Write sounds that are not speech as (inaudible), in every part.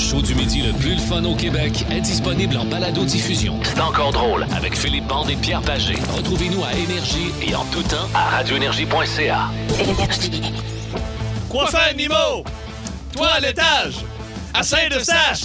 le plus le fun au Québec est disponible en balado-diffusion. C'est encore drôle avec Philippe Bande et Pierre Pagé. Retrouvez-nous à Énergie et en tout temps à radioénergie.ca. Coiffeur animaux! Toi à l'étage! À Saint-Eustache!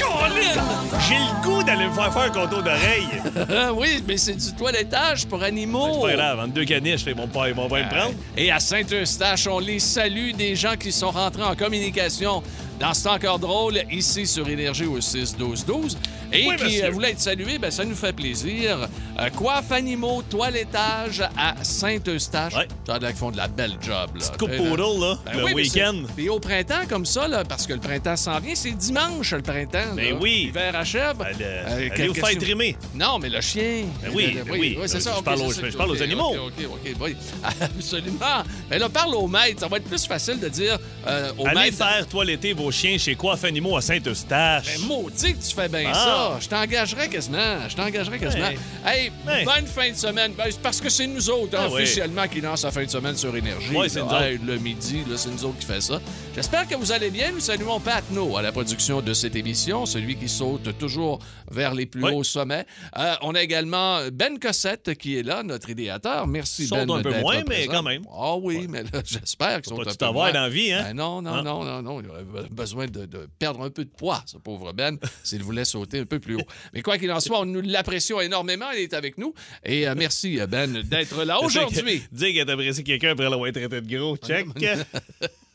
Colin! J'ai le goût d'aller me faire faire un contour d'oreille! Ah oui, mais c'est du toilettage pour animaux. C'est pas grave, entre deux caniches, et mon père, ils vont Ah, bien me prendre. Et à Saint-Eustache, on les salue des gens qui sont rentrés en communication dans C'est encore drôle, ici sur Énergie au 6-12-12. Et Oui, qui monsieur. euh, voulaient être salués, ben, ça nous fait plaisir. Euh, coiffe animaux, toilettage à Saint-Eustache. Ouais. Ça a l'air qu'ils font de la belle job. Là. Coupe Tu sais, là. poodle, là, Ben le oui, mais c'est- week-end. Et au printemps, comme ça, là, parce que le printemps s'en vient, c'est dimanche le printemps. Ben là. oui. L'hiver achève. Allez, Euh, allez qu'est- vous qu'est-ce faire que- trimer. non, mais le chien. Ben oui, Le- ben oui. c'est ça. Je ok, parle c'est aux- ça, je parle aux ok, animaux. OK, OK, OK, oui. (laughs) Absolument. Mais là, parle au maître. Ça va être plus facile de dire euh, au Allez maître. faire toiletter vos chiens chez Coiffe Animaux à Saint-Eustache. Ben, maudit que tu fais bien Ah. ça. Je t'engagerais quasiment. Je t'engagerais quasiment. Hey. Hey, Hey. bonne fin de semaine. Ben, c'est parce que c'est nous autres, hein, Ah oui. officiellement, qui lancent la fin de semaine sur Énergie. Ouais, c'est là. nous autres. Hey, le midi, là, c'est nous autres qui fait ça. J'espère que vous allez bien. Nous saluons Pat No à la production de cette émission, celui qui saute toujours vers les plus Oui. hauts sommets. Euh, on a également Ben Cossette qui est là, notre idéateur. Merci, Saute Ben. un peu d'être moins, mais présent. quand même. Ah oui, mais là, (laughs) j'espère qu'ils sont un Pas tout peu avoir moins. dans la vie, hein? Ben non, non, Ah. non, non, non. Il aurait be- besoin de, de perdre un peu de poids, ce pauvre Ben, (laughs) s'il voulait sauter un peu plus haut. Mais quoi qu'il en soit, on nous l'apprécions énormément. Il est avec nous. Et euh, merci, euh, Ben, d'être (laughs) là aujourd'hui. Dis que t'as apprécié quelqu'un après l'avoir traité de (laughs) gros. Check.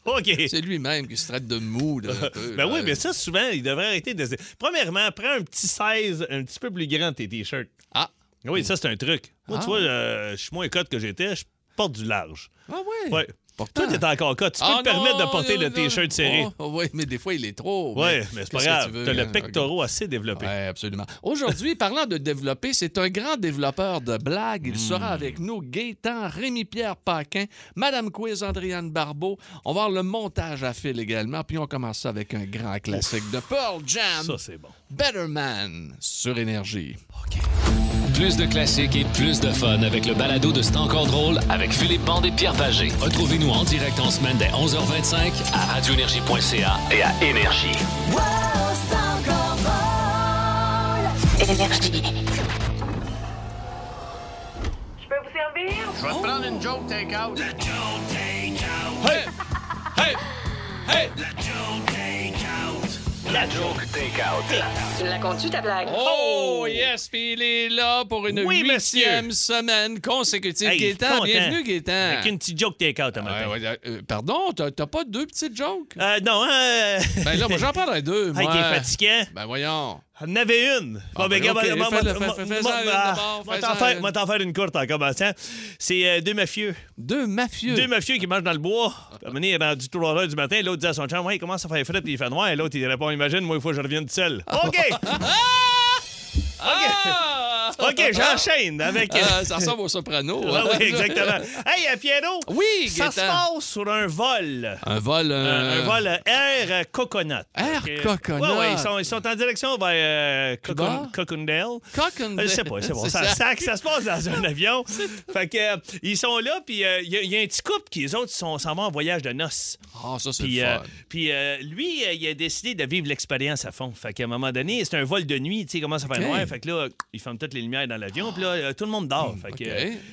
OK. C'est lui-même qui se traite de mou. (laughs) là, un peu, Ben là. oui, mais ça, souvent, il devrait arrêter de se- Premièrement, prends un petit 16, un petit peu plus grand de tes t-shirts. Ah, Oui, ça, c'est un truc. Moi, Ah. tu vois, euh, je suis moins cote que j'étais, je porte du large. ah ouais. Ouais. Pourtant. Toi, t'es encore cote. Tu peux Ah te permettre non, de porter non, le non. t-shirt serré. Oh, oui, mais des fois, il est trop. Ouais, mais c'est pas qu'est-ce que grave. tu veux, T'as hein? le pectoraux assez développé. Oui, absolument. Aujourd'hui, (laughs) parlant de développer, c'est un grand développeur de blagues. Il sera avec nous Gaétan, Rémi-Pierre Paquin, Madame Quiz, Andréane Barbeau. On va voir le montage à fil également. Puis on commence ça avec un grand classique de Pearl Jam, Ça, c'est bon. Better Man, sur Énergie. Plus de classiques et plus de fun avec le balado de C'est encore drôle avec Philippe Bande et Pierre Pagé. Retrouvez-nous en direct en semaine dès 11h25 à radioénergie.ca et à Énergie. Je peux vous servir? Je vais te prendre une joke take-out. Hey! Hey! Hey! La joke take-out. Tu me la conduis, ta blague? Oh, yes! Puis il est là pour une Oui, monsieur. huitième semaine consécutive. Hey, Gaétan, content. bienvenue, Gaétan. Avec une petite joke take-out à matin. Ouais, ouais, euh, pardon, t'as t'as pas deux petites jokes? Euh, non, hein? euh, Ben là, moi, (laughs) (laughs) j'en prendrais deux. Hey, moi. t'es fatiguant. Ben voyons. On avait une. Ah, ben, ok, comment- fais-le, comment- fais- fais-en comment- une ah, d'abord, moi, fais-en t'en faire- une. moi, t'en faire une courte en commençant. C'est euh, deux mafieux. Deux mafieux. Deux mafieux qui mangent dans le bois. Puis, à un moment donné, il est rendu 3 heures du matin. L'autre dit à son chum Ouais, comment ça fait frette Puis il fait noir. Et l'autre, il répond Imagine, moi, il faut que je revienne (laughs) tout seul. OK. Ah! OK, j'enchaîne avec. Ah, ça ressemble au soprano. hein. Ah oui, (laughs) exactement. Hey, euh, Pierrot. Oui, Ça se Gaétan. passe sur un vol. Un vol. Un- euh, Un vol euh, Air Coconut. Air Ok. Coconut. Ouais, ouais, ils, sont, ils sont en direction vers euh, Cocon- Cuba? Cocondale. Euh, Cockandale. Je sais pas, c'est (laughs) bon. C'est Ça, ça. sac, ça se passe (laughs) dans un avion. fait que, euh, ils sont là, puis euh, il y, a- il y a un petit couple qui, les autres, sont, s'en vont en voyage de noces. Ah, ça, c'est Puis, le euh, fun. puis euh, lui, euh, il a décidé de vivre l'expérience à fond. Fait qu'à un moment donné, c'est un vol de nuit, tu sais, il commence à faire OK. noir. Fait que là, il ferme toutes les lumières dans l'avion, puis là, euh, tout le monde dort. Fait que,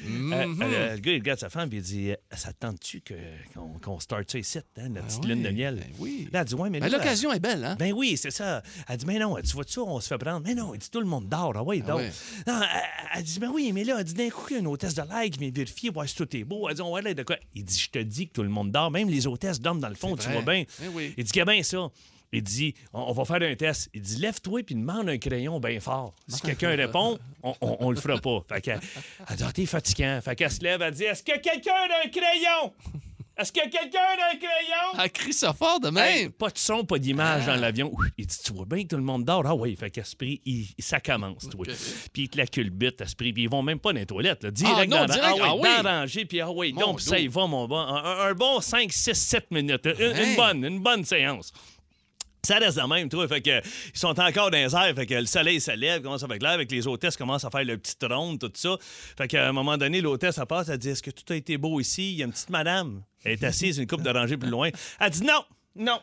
Hmm, OK. euh, Mhm. euh, euh, le gars, il regarde sa femme, puis il dit euh, Ça te tente-tu que- qu'on qu'on start ça ici, hein, la petite ouais, lune de miel ben oui. Là, elle dit Ouais, mais Ben, là, L'occasion est belle, hein? ben oui, c'est ça. Elle dit, mais non, tu vois-tu, on se fait prendre. Mais non, elle dit, tout le monde dort. Ah ouais, donc. ouais. Non, elle, elle dit, mais oui, mais là, elle dit, d'un coup, il y a une hôtesse de l'air qui vient vérifier, voir si tout est beau. Elle dit, on va aller de quoi. Il dit, je te dis que tout le monde dort. Même les hôtesses dorment dans le fond, tu vrai. vois bien. Eh oui. Il dit, qu'il y a bien ça. Il dit, on, on va faire un test. Il dit, lève-toi puis demande un crayon bien fort. (laughs) Si quelqu'un répond, on, on, on le fera pas. Fait qu'elle elle dit, Ah, t'es fatigant. Fait qu'elle se lève, elle dit, est-ce que quelqu'un a un crayon? Est-ce que quelqu'un a un crayon? Elle crie ça fort de même. Hey, pas de son, pas d'image dans l'avion. Ouh, Il dit Tu vois bien que tout le monde dort. Ah oui, fait qu'Esprit, il, ça commence. tu vois. Puis il te la culbute, Esprit. Puis ils vont même pas dans les toilettes. là. Direct Ah non, dans direct, ah, ah ouais, oui. dans la rangée. Puis ah oui, Mon donc ça, dos. il va, mon bon. Un, un- un bon 5, 6, 7 minutes. Une, une Hey. bonne, une bonne séance. Ça reste de même, toi. Fait que, euh, ils sont encore dans les airs. Fait que le soleil se lève, commence à faire clair. Fait que les hôtesses commencent à faire le petit ronde, tout ça. Fait qu'à un moment donné, l'hôtesse, elle passe, elle dit Est-ce que tout a été beau ici Il y a une petite madame. Elle est assise une coupe de rangée plus loin. Elle dit Non Non.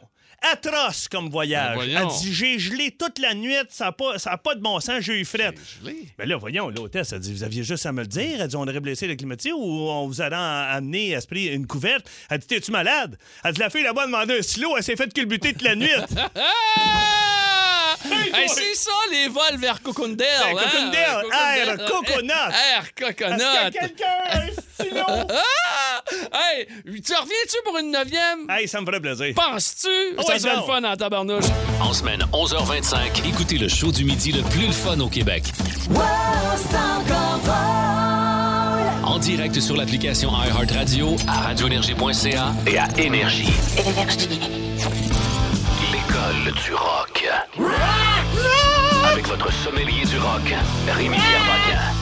Atroce comme voyage. Ben voyons. Elle dit J'ai gelé toute la nuit, ça n'a pas, ça a pas de bon sens, j'ai eu fret. gelé. Ben là, voyons, l'hôtesse, elle dit Vous aviez juste à me le dire. Elle dit On aurait blessé le climatier ou on vous aurait en- amené à se prix une couverte. Elle dit T'es-tu malade Elle dit La fille là-bas a demandé un stylo, elle s'est fait culbuter toute (laughs) la nuit. Ah! toi! Hey, c'est ça, les vols vers Cocondale. hein. Ben, Cocondale, air coconut. Air Est-ce que Coconut. quelqu'un a un stylo Ah! Hey, tu reviens-tu pour une neuvième? (laughs) Hey, ça me ferait plaisir. Penses-tu? Ah ça ouais, serait non. le fun en tabarnouche. En semaine 11h25, écoutez le show du midi le plus le fun au Québec. En direct sur l'application iHeartRadio, à radioénergie.ca et à Énergie. L'école du rock. Avec votre sommelier du rock, Rémi Pierre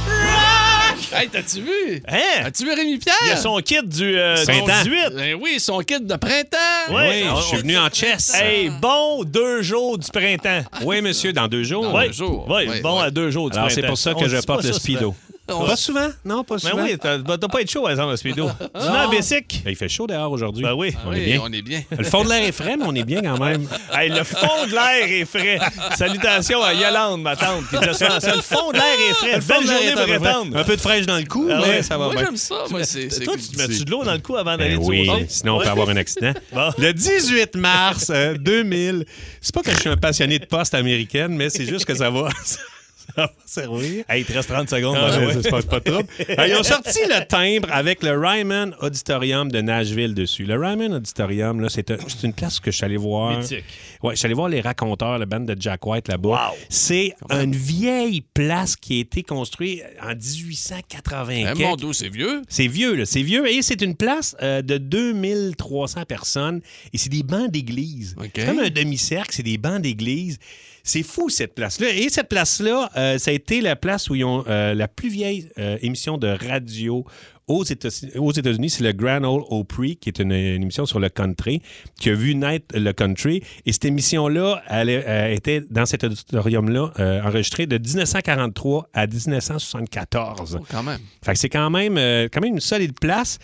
Hey, t'as-tu vu? Hein As-tu vu Rémi Pierre? Il y a son kit du euh, du Printemps. 18. Ben oui, son kit de printemps. Oui, je suis venu en chess. Hey, bon deux jours du printemps. Oui, monsieur, dans deux jours. Oui, deux jours. oui, Oui, bon oui. à deux jours du Alors, printemps. c'est pour ça On que je dit pas porte le ça, speedo. On- Pas souvent? Non, pas Mais souvent. oui, t'as bah, t'as pas être chaud, par exemple, le speedo. Tu mets un bicycle. Il fait chaud dehors aujourd'hui. Ben oui. On Ah Oui, est bien. On est bien. Le fond de l'air est frais, mais on est bien quand même. Hey, le fond de l'air est frais. Salutations à Yolande, ma tante, qui disait souvent ça. Le fond de l'air est frais. Belle journée pour Un étendre. peu de fraîche dans le cou, Ah mais ouais. ça va Moi, bien. j'aime ça. Moi, c'est, c'est Toi, tu te mets-tu de l'eau dans le cou avant d'aller Ben te oui, sauver? sinon on peut avoir un accident. (laughs) Bon. Le 18 mars euh, 2000, c'est pas que je suis un passionné de poste américaine, mais c'est juste que ça va, (laughs) ça va servir. Hey, il te reste 30 secondes. Ah, dans le- ouais, ça se passe pas trop. Euh, Ils ont sorti le timbre avec le Ryman Auditorium de Nashville dessus. Le Ryman Auditorium, là, c'est un- c'est une place que je suis allé voir. Mythique. Ouais, je suis allé voir les raconteurs, le band de Jack White là-bas. Wow. C'est une vieille place qui a été construite en 1880. Eh, mon dos, c'est vieux. C'est vieux, là. C'est vieux. Et c'est une place euh, de 2300 personnes. Et c'est des bancs d'église. OK. C'est comme un demi-cercle, c'est des bancs d'église. C'est fou, cette place-là. Et cette place-là, euh, ça a été la place où ils ont euh, la plus vieille euh, émission de radio aux États- aux États-Unis. c'est le Grand Ole Opry, qui est une, une émission sur le country, qui a vu naître le country. Et cette émission-là, elle, est- euh, était dans cet auditorium-là, euh, enregistrée de 1943 à 1974. Oh, quand même. Fait que c'est quand même, euh, quand même une solide place.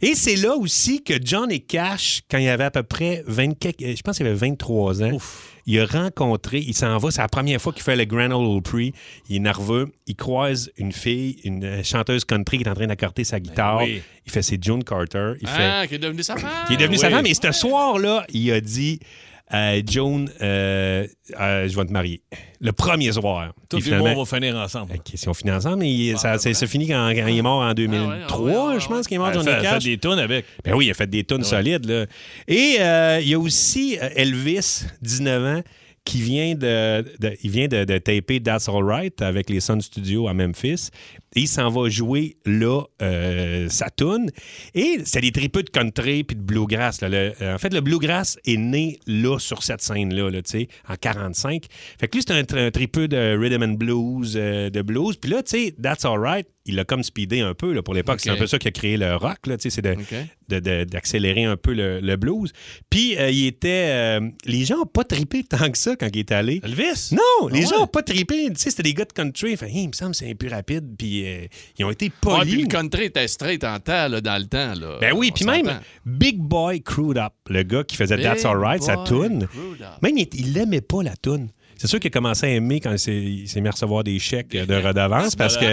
Et c'est là aussi que John et Cash, quand il avait à peu près 24, euh, je pense qu'il avait 23 ans, il a rencontré, il s'en va, c'est la première fois qu'il fait le Grand Ole Opry. Il est nerveux, il croise une fille, une euh, chanteuse country qui est en train d'accorder sa guitare. oui. Il fait ses June Carter, il fait Ah, qui est devenu sa femme. qui est devenu Ah oui. sa femme. Et ce soir-là, il a dit à Joan, euh, euh, je vais te marier. Le premier soir. Toi, Puis puis moi, finalement- on va finir ensemble. OK, si on finit ensemble, mais il- ça, ça, ça finit quand, quand il est mort en 2003, Ah ouais, ah ouais, je pense ouais. qu'il est mort Elle Johnny fait, elle fait Cash. des tunes avec. Ben oui, il a fait des tunes solides. là. Et euh, il y a aussi euh, Elvis, 19 ans, qui vient de, de- il vient de, de taper That's All Right avec les Sun Studios à Memphis. Et il s'en va jouer là euh, sa tune. Et c'est des tripeux de country puis de bluegrass. là. Le- euh, en fait, le bluegrass est né là sur cette scène-là, là, tu sais, en 45. Fait que lui, c'est un, tr- un tripeux de rhythm and blues, euh, de blues. Puis là, tu sais, That's All Right, il l'a comme speedé un peu là, pour l'époque. C'est un OK. peu ça qui a créé le rock, là, tu sais, c'est de, OK. de- de- d'accélérer un peu le, le blues. Puis, euh, il était. euh, les gens n'ont pas trippé (laughs) tant que ça quand il est allé. Elvis? Non, Ah les gens ouais? n'ont pas trippé. Tu sais, c'était des gars de country. Fait, Hey, il me semble que c'est un peu rapide. Puis, euh, ils ont été Ouais, polis. puis le country était straight en temps, là, dans le temps. Là. Ben oui, Ah, On puis même s'entend. Big Boy Crewed Up, le gars qui faisait That's Big Alright, sa Boy toune. Crewed Up. Même il- il l'aimait pas la toune. C'est sûr qu'il a commencé à aimer quand il s'est- il s'est mis à recevoir des (laughs) chèques euh, de redevance parce qu'il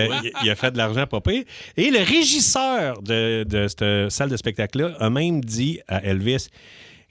a fait de l'argent pas pire. Et le régisseur de, de cette salle de spectacle-là a même dit à Elvis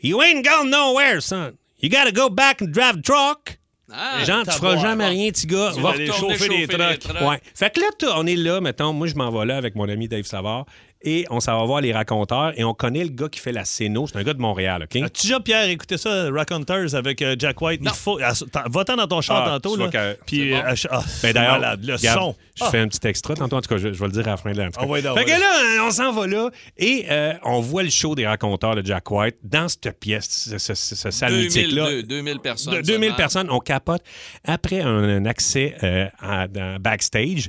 You ain't gone nowhere, son. You gotta go back and drive truck. Ah, Genre, tu feras jamais rien, petit gars. Tu Va vas aller retourner chauffer des trucks. Ouais. Fait que là, t- on est là, mettons, moi, je m'en vais là avec mon ami Dave Savard et on s'en va voir les raconteurs et on connaît le gars qui fait la scéno. C'est un gars de Montréal, OK? As-tu déjà, Pierre, écouté ça, Rock Hunters avec euh, Jack White? Il faut. Ah, t'en- Va-t'en dans ton char Ah, tantôt. tu Là. vois que- Puis, c'est bon. euh, ach- ah, Ben, d'ailleurs, malade, le regarde, son. Je Ah, fais un petit extras tantôt. En tout cas, je, je vais le dire à la fin de la. en tout cas. Ah ouais, donc, fait que ouais. là, euh, on s'en va là et euh, on voit le show des raconteurs de Jack White dans cette pièce, ce, ce, ce- ce Mmh. salle 2000, mythique-là. 2000, 2000 personnes. De 2000 seulement. personnes, on capote. Après un, un accès euh, à- dans- backstage,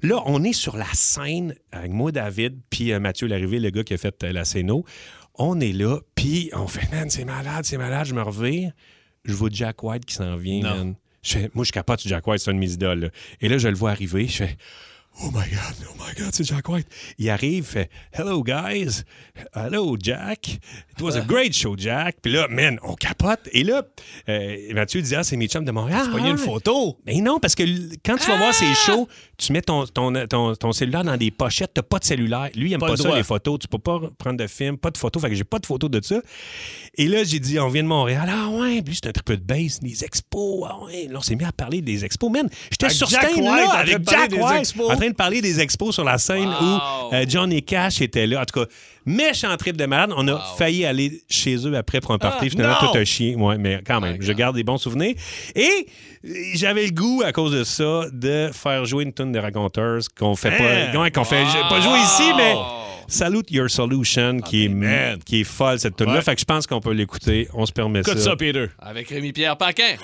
là, on est sur la scène euh, avec moi, David, puis euh, Mathieu Larrivé, le gars qui a fait euh, la scéno. On est là, puis on fait, man, c'est malade, c'est malade. Je me revire, je vois Jack White qui s'en vient, man. Je fais, moi, je capote sur Jack White, c'est un de mes idoles. là. Et là, je le vois arriver, je fais, Oh my God, oh my God, c'est Jack White. Il arrive, fait Hello guys, hello Jack. It was a great show, Jack. Puis là, man, on capote. Et là, euh, Mathieu dit Ah, c'est mes chums de Montréal. Tu pogné une photo? Ah! Mais non, parce que l- quand tu vas voir ces shows, tu mets ton, ton, ton, ton cellulaire dans des pochettes, t'as pas de cellulaire. Lui, il aime Pas pas, le ça, droit. les photos. Tu peux pas prendre de film, pas de photos. Fait que j'ai pas de photos de ça. Et là, j'ai dit, on vient de Montréal. Ah ouais, puis lui, c'est un triple de base, les expos. Ah ouais, là, on s'est mis à parler des expos. Man, j'étais Avec sur Jack scène White, en là, train de avec parler Jack des White, expos. en train de parler des expos sur la scène Wow. où euh, Johnny Cash était là. En tout cas, méchant trip de malade. On a failli aller chez eux après pour un party. Finalement, Ah, non! tout un chien. Ouais, mais quand même, je garde des bons souvenirs. Et euh, j'avais le goût, à cause de ça, de faire jouer une tune de raconteurs qu'on fait Hein? pas. ouais, qu'on fait pas jouer ici, mais. Salute Your Solution, qui, est, Ah, man. qui est folle, cette tune là Ouais. Fait que je pense qu'on peut l'écouter. On se permet Ah, Écoute ça, Peter. Avec Rémi-Pierre Paquin.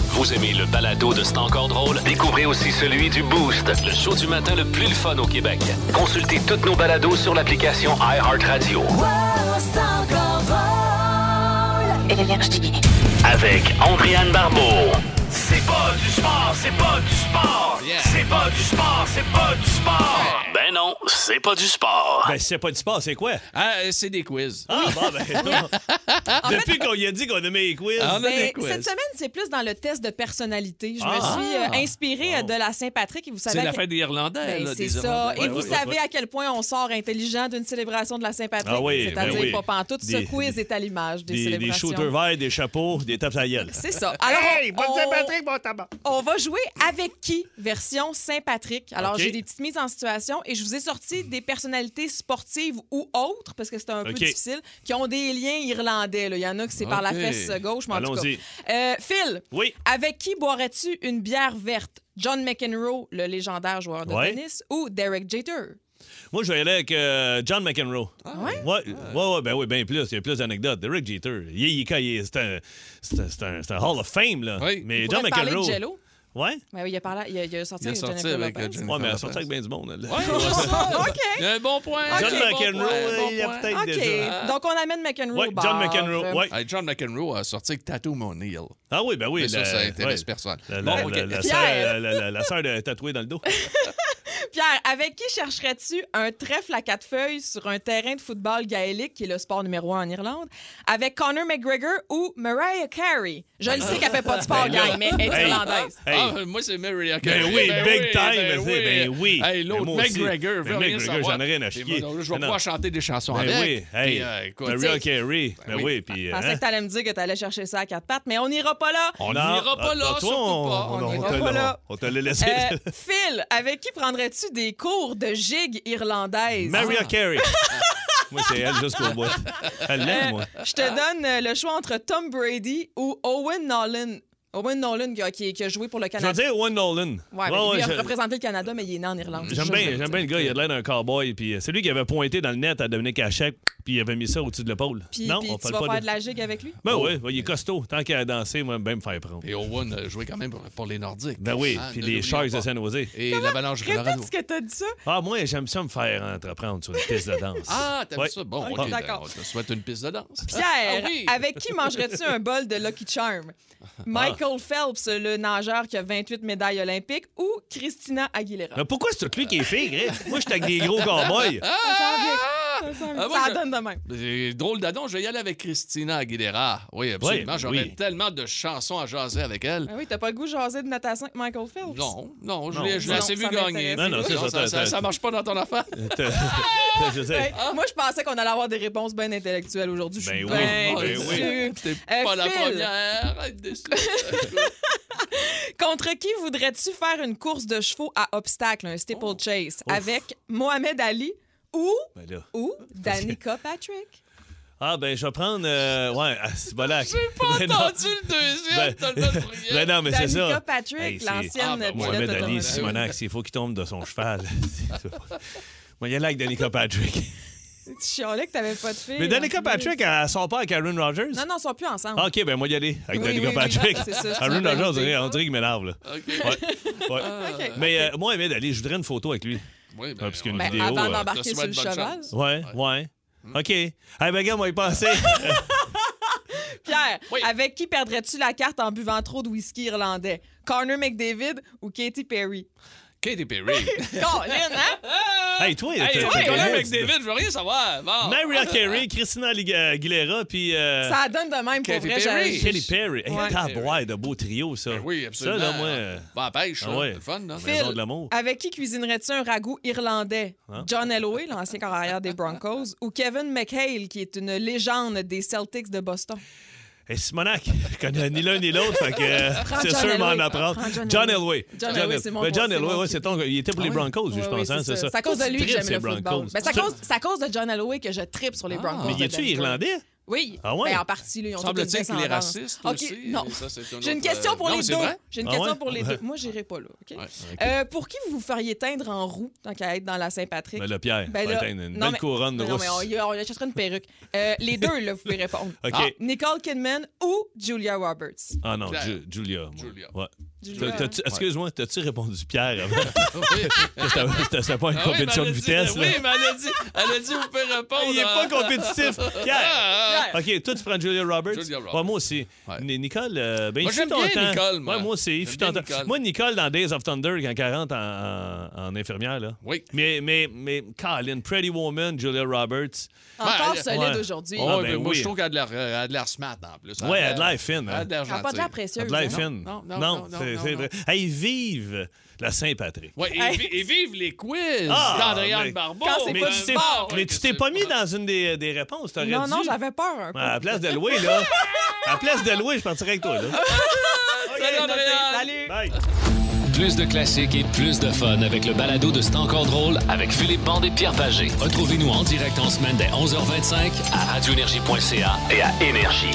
Vous aimez le balado de C'est encore drôle? Découvrez aussi celui du Boost, le show du matin le plus le fun au Québec. Consultez toutes nos balados sur l'application iHeartRadio. Énergie. Avec Andréane Barbeau. C'est pas du sport, c'est pas du sport. Yeah. C'est pas du sport, c'est pas du sport. Ben non, c'est pas du sport. Ben, si c'est pas du sport, c'est quoi? Ah, euh, c'est des quiz. Ah, bon, ben, non. Depuis qu'on lui a dit qu'on aimait les quiz. Ah, on a Mais des quiz. Ben, cette semaine, c'est plus dans le test de personnalité. Je Ah! me suis euh, inspirée euh, de la Saint-Patrick et vous savez. C'est à la quel- fête des Irlandais, Ben, là, c'est des ça. Irlandais. Et Ouais, vous ouais, savez ouais. à quel point on sort intelligent d'une célébration de la Saint-Patrick. Ah oui, C'est-à-dire, ben oui. pas pantoute, Des- ce quiz est à l'image des, Des, des célébrations. shooters verts, des chapeaux, des tapes à la gueule. c'est ça. Alors, Hey, bonne on- Saint-Patrick, bon tabac. on va jouer avec qui version Saint-Patrick. Alors, OK. j'ai des petites mises en situation et je vous ai sorti des personnalités sportives ou autres, parce que c'était un peu OK. difficile, qui ont des liens irlandais. là. Il y en a que c'est par la OK. fesse gauche, mais en tout cas. Allons-y. Euh, Phil, Oui. avec qui boirais-tu une bière verte? John McEnroe, le légendaire joueur de Ouais. tennis, ou Derek Jeter? Moi, je vais y aller avec euh, John McEnroe. Ah, ouais? Ouais, ouais, ouais, ben oui, ben plus. Il y a plus d'anecdotes. Derek Jeter, il est- il est- quand il est- c'est un, c'est un- c'est un- c'est un Hall of Fame, là. Oui. Mais Il John pourrait te parler de McEnroe. Jello. Ouais? Ben oui, il a, parlé, il a, il a sorti Il a avec sorti Jennifer avec, euh, Lopez. Jennifer. Ouais, mais elle Lopez. (laughs) sortait avec bien du monde. là. Ouais, c'est ça. OK. Il y a un bon point. John Il y a un bon McEnroe, point, un bon il y a point. peut-être OK. déjà. Donc, on amène McEnroe Ouais, au bar. John McEnroe. Ouais. Hey, John McEnroe a sorti avec Tattoo O'Neill. Ah oui, ben oui. Mais ça, la- ça intéresse ouais. personne. La, Bon, la- OK. la- la Pierre. sœur- euh, la- la- la sœur de tatouée dans le dos. Pierre, avec qui chercherais-tu un trèfle à quatre feuilles sur un terrain de football gaélique, qui est le sport numéro un en Irlande, avec Conor McGregor ou Mariah Carey? Je le sais qu'elle fait pas de (laughs) sport, gang, mais elle est Ben Hey. irlandaise. Hey. Ah, moi, c'est Mary O'Keefe. Ben oui, big time, c'est- ben oui. Hey, Ben l'autre, moi aussi. McGregor, veut Ben rien McGregor, savoir. j'en ai rien à Et chier. moi, Je Ben vais non. pouvoir chanter des chansons Ben avec. oui, hey, Puis, euh, écoute, tu Mariah sais, Carey. Ben oui. oui, puis... Je euh, pensais que t'allais me dire que t'allais chercher ça à quatre pattes, mais on n'ira pas là. On Non, n'ira pas là, attends, Ah, toi, surtout pas. on on- n'ira te- pas là. On te l'a laissé. Euh, Phil, avec qui prendrais-tu des cours de gigue irlandaise? (laughs) Mariah (laughs) Carey. Moi, c'est elle juste pour moi. Elle l'aime, moi. Je te donne euh, le choix entre Tom Brady ou Owen Nolan. Owen Nolan qui a, qui- qui a joué pour le Je vais Canada. dire Owen Nolan. Ouais, mais Ouais, ouais, lui a je- représenté le Canada, mais il est né en Irlande. J'aime Je bien, veux j'aime dire. bien le gars, il a de l'air d'un cowboy. Puis euh, c'est lui qui avait pointé dans le net à Dominique Hachek, puis il avait mis ça au-dessus de l'épaule. Puis, non, puis on tu parle vas pas faire de. de la Oh. gigue avec lui? Ben oui, ouais, il est costaud. Tant qu'il a dansé, moi, ben me faire prendre. Et Owen a joué quand même pour, pour les Nordiques. Ben oui, Hein, puis ne les l'oublions Sharks pas. de San Jose. Et l'avalanche Colorado. Répète ce que t'as dit ça. Ah, moi, j'aime ça me faire entreprendre sur une piste de danse. Ah, t'as Ouais. ça? Bon, Ok, OK, ben, d'accord. on te souhaite une piste de danse. Pierre, Ah oui. avec qui mangerais-tu un bol de Lucky Charm? Ah. Michael Phelps, le nageur qui a 28 médailles olympiques, ou Christina Aguilera? Mais pourquoi c'est tout lui qui est fait, Greg? Moi, j'étais avec des (laughs) gros cowboys. Ah! Ça, Ah, moi, ça je- donne de même. J'ai- Drôle d'adon, je vais y aller avec Christina Aguilera. Oui, absolument. Oui, J'aurais ben oui. tellement de chansons à jaser avec elle. Ah oui, t'as pas le goût de jaser de natation avec Michael Phelps? Non, non, je Non. l'ai je l'ai Non, ça assez vu m'intéresse gagner. pas. Non, non, c'est ça, ça, t'as- t'as- ça marche pas dans ton affaire. Ah, Je sais. Hey, Moi, je pensais qu'on allait avoir des réponses bien intellectuelles aujourd'hui. Je suis Ben oui, bien ben déçue. oui. T'es Oh, Euh, pas la Phil. première. Arrête de- Contre qui voudrais-tu faire une course de chevaux à obstacles, un steeple Oh. chase, avec Mohamed Ali ou, Ben là. (laughs) ou Danica Patrick? Ah, ben, je vais prendre. euh, ouais, ah, c'est bolac. Pas Ben non. entendu le deuxième, Ben- t'as le même premier. (laughs) (laughs) Ben non, mais c'est ça. Danica Patrick, Hey, c'est- l'ancienne Ah, ben, pilote Mohamed Ali, automobile. Simonac, s'il faut qu'il tombe de son cheval. (laughs) C'est pas- Moi, il y a là avec Danica Patrick. (laughs) Tu chialais que t'avais pas de fille. Mais Danica en plus. Patrick, elle sort pas avec Aaron Rodgers? Non, non, ils sont plus ensemble. Ah, OK, ben moi, y aller avec Oui, oui, Danica oui, Patrick. (laughs) c'est ça, (laughs) c'est une Aaron bonne Rodgers, on idée. dirait- on dirait qu'il m'énerve, là. OK. Ouais, ouais. Ah, OK. Mais euh, moi, Ahmed Ali, je voudrais une photo avec lui. Oui, Ah, parce qu'une on- Ben, vidéo, avant euh, je d'embarquer te sur le souhaite bonne cheval. chance. Hmm. (laughs) Ouais, ouais. OK. Hey, ben, gars, moi, y penser. Pierre, Pierre, Oui. avec qui perdrais-tu la carte en buvant trop de whisky irlandais? Connor McDavid ou Katy (laughs) Perry? (laughs) Katy Perry. Colin, hein? Hey, toi, hey, t'as- toi, t'as- Colin t'as- McDavid, je veux rien savoir. Bon. Ah, Mariah Carey, Christina Liga- Aguilera, puis euh, Ça donne de même pour Katy vrai. Perry. j'ai- Katy Perry. Hey, Ouais. tabouais, de beau trio, ça. Ben oui, absolument. Ça, là, moi, euh, Ben, à pêche, Ah là. ouais. C'est le fun, là. Phil, maison de l'amour. avec qui cuisinerais-tu un ragoût irlandais? Hein? John Elway, l'ancien corps arrière des Broncos, ou Kevin McHale, qui est une légende des Celtics de Boston? Et Simonac, (laughs) je connais ni l'un ni l'autre, fait que euh, Prends c'est John sûr m'en Elway. apprendre. Prends John John Elway. Elway. John Elway, c'est mon Ben, John c'est Elway, mon ouais, qui- c'est ton. Il était pour les Broncos, Oui, je oui, pense, hein, c'est ça. C'est à cause de Tu lui que tripes j'aime ces le football. Broncos. Ben, c'est, à Tu- Ah. cause, c'est à cause de John Holloway que je tripe sur les Broncos. Mais y de a-tu Denver. irlandais? Oui. Ah ouais? Ben, en partie, là, ils ont Semble-t-il toute une qu'il est descendance. raciste OK, aussi, Non. mais ça, c'est un J'ai une autre, question euh, pour non, les c'est deux. vrai? Ah J'ai une Ah question ouais? pour les (laughs) deux. Moi, j'irai pas là. OK? Ouais. Euh, pour qui vous vous feriez teindre en roux tant qu'à être dans la Saint-Patrick? Ben, le Pierre, Ben ça là- atteint une non, belle mais- couronne non, rousse. mais on, y- on y achètera une perruque. Euh, les deux, là, vous pouvez répondre. (laughs) OK. Ah, Nicole Kidman ou Julia Roberts? Ah non, Pierre. Ju- Julia. moi. Julia. Ouais. Julia. T'as- t'as-tu- Excuse-moi, t'as-tu répondu Pierre avant? (laughs) (laughs) Oui. C'était- C'était c'était pas une Ah oui, compétition mais de elle a dit- vitesse, là. Oui, mais elle a dit, elle a dit, vous pouvez (laughs) répondre. Il est hein. pas compétitif, (laughs) Pierre. Ah, ah, ah. OK, toi, tu prends Julia Roberts. Julia Roberts. Ouais, moi aussi. Ouais. Ni- Nicole, euh, ben, Moi, il j'aime fut ton bien temps. Nicole, moi. Ouais, moi aussi. il J'aime fut bien ton temps. Nicole. Moi, Nicole, dans Days of Thunder, quand 40 en, en, en infirmière, là. Oui. Mais, mais, mais, Colin, Pretty Woman, Julia Roberts. Encore elle- solide Ah, ouais. aujourd'hui. Oh, Ah, ouais, ben mais moi, oui. je trouve qu'elle a de l'air- euh, elle a de l'air smart en plus. Ouais, elle a de de l'air fine, hein. Elle a de l'air Elle a pas de gentille. l'air précieuse. Elle a de l'air hein? fine. Non, non, non, non, c'est non, c'est non. vrai. Hey, vive la Saint-Patrick. Ouais, et, vi- et vive les quiz Ah, d'Andréane mais- Barbeau. Quand c'est Mais pas tu du t'es- sport, mais tu t'es pas mis dans une des, euh, des réponses, t'aurais Non, dû. non, j'avais peur un peu. À la place de Louis, là. À la place de Louis, je partirais avec toi, là. Salut, Andréane. Salut! Bye. Plus de classiques et plus de fun avec le balado de C'est encore drôle avec Philippe Bande et Pierre Pagé. Retrouvez-nous en direct en semaine dès 11h25 à radioénergie.ca et à Énergie.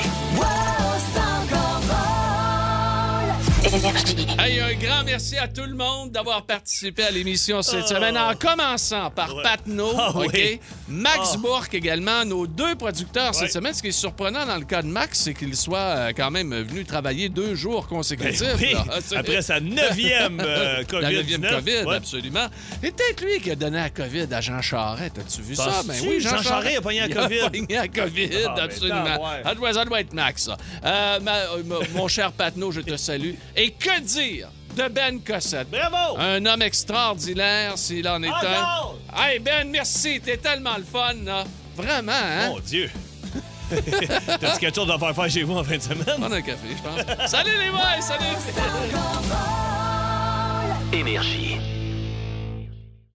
Énergie. Hey, un grand merci à tout le monde d'avoir participé à l'émission cette Ah. semaine, en commençant par Ouais. Pat Patno, Ah OK? oui. Max Ah. Bourque également, nos deux producteurs Ouais. cette semaine. Ce qui est surprenant dans le cas de Max, c'est qu'il soit euh, quand même venu travailler deux jours Ben consécutifs. oui, là. Ah, c'est- après sa neuvième euh, COVID. la neuvième COVID, ouais. absolument. Et peut-être lui qui a donné la COVID à Jean Charest. As-tu vu ça? Ben Penses-tu? Jean Charest a pogné la COVID. Il a pogné la COVID, Ah, ben, absolument. tant, ouais. Ça doit, ça doit être Max, ça. Euh, ma- euh, ma- mon cher Patnaud, je te salue. Et que dire de Ben Cossette? Bravo! Un homme extraordinaire, s'il en est Encore! un. Hey, Ben, merci. T'es tellement le fun, là. Vraiment, hein? Mon Dieu! (laughs) T'as-tu quelque chose à faire faire chez vous en fin de semaine? Prendre un café, je pense. salut les boys, salut! Énergie.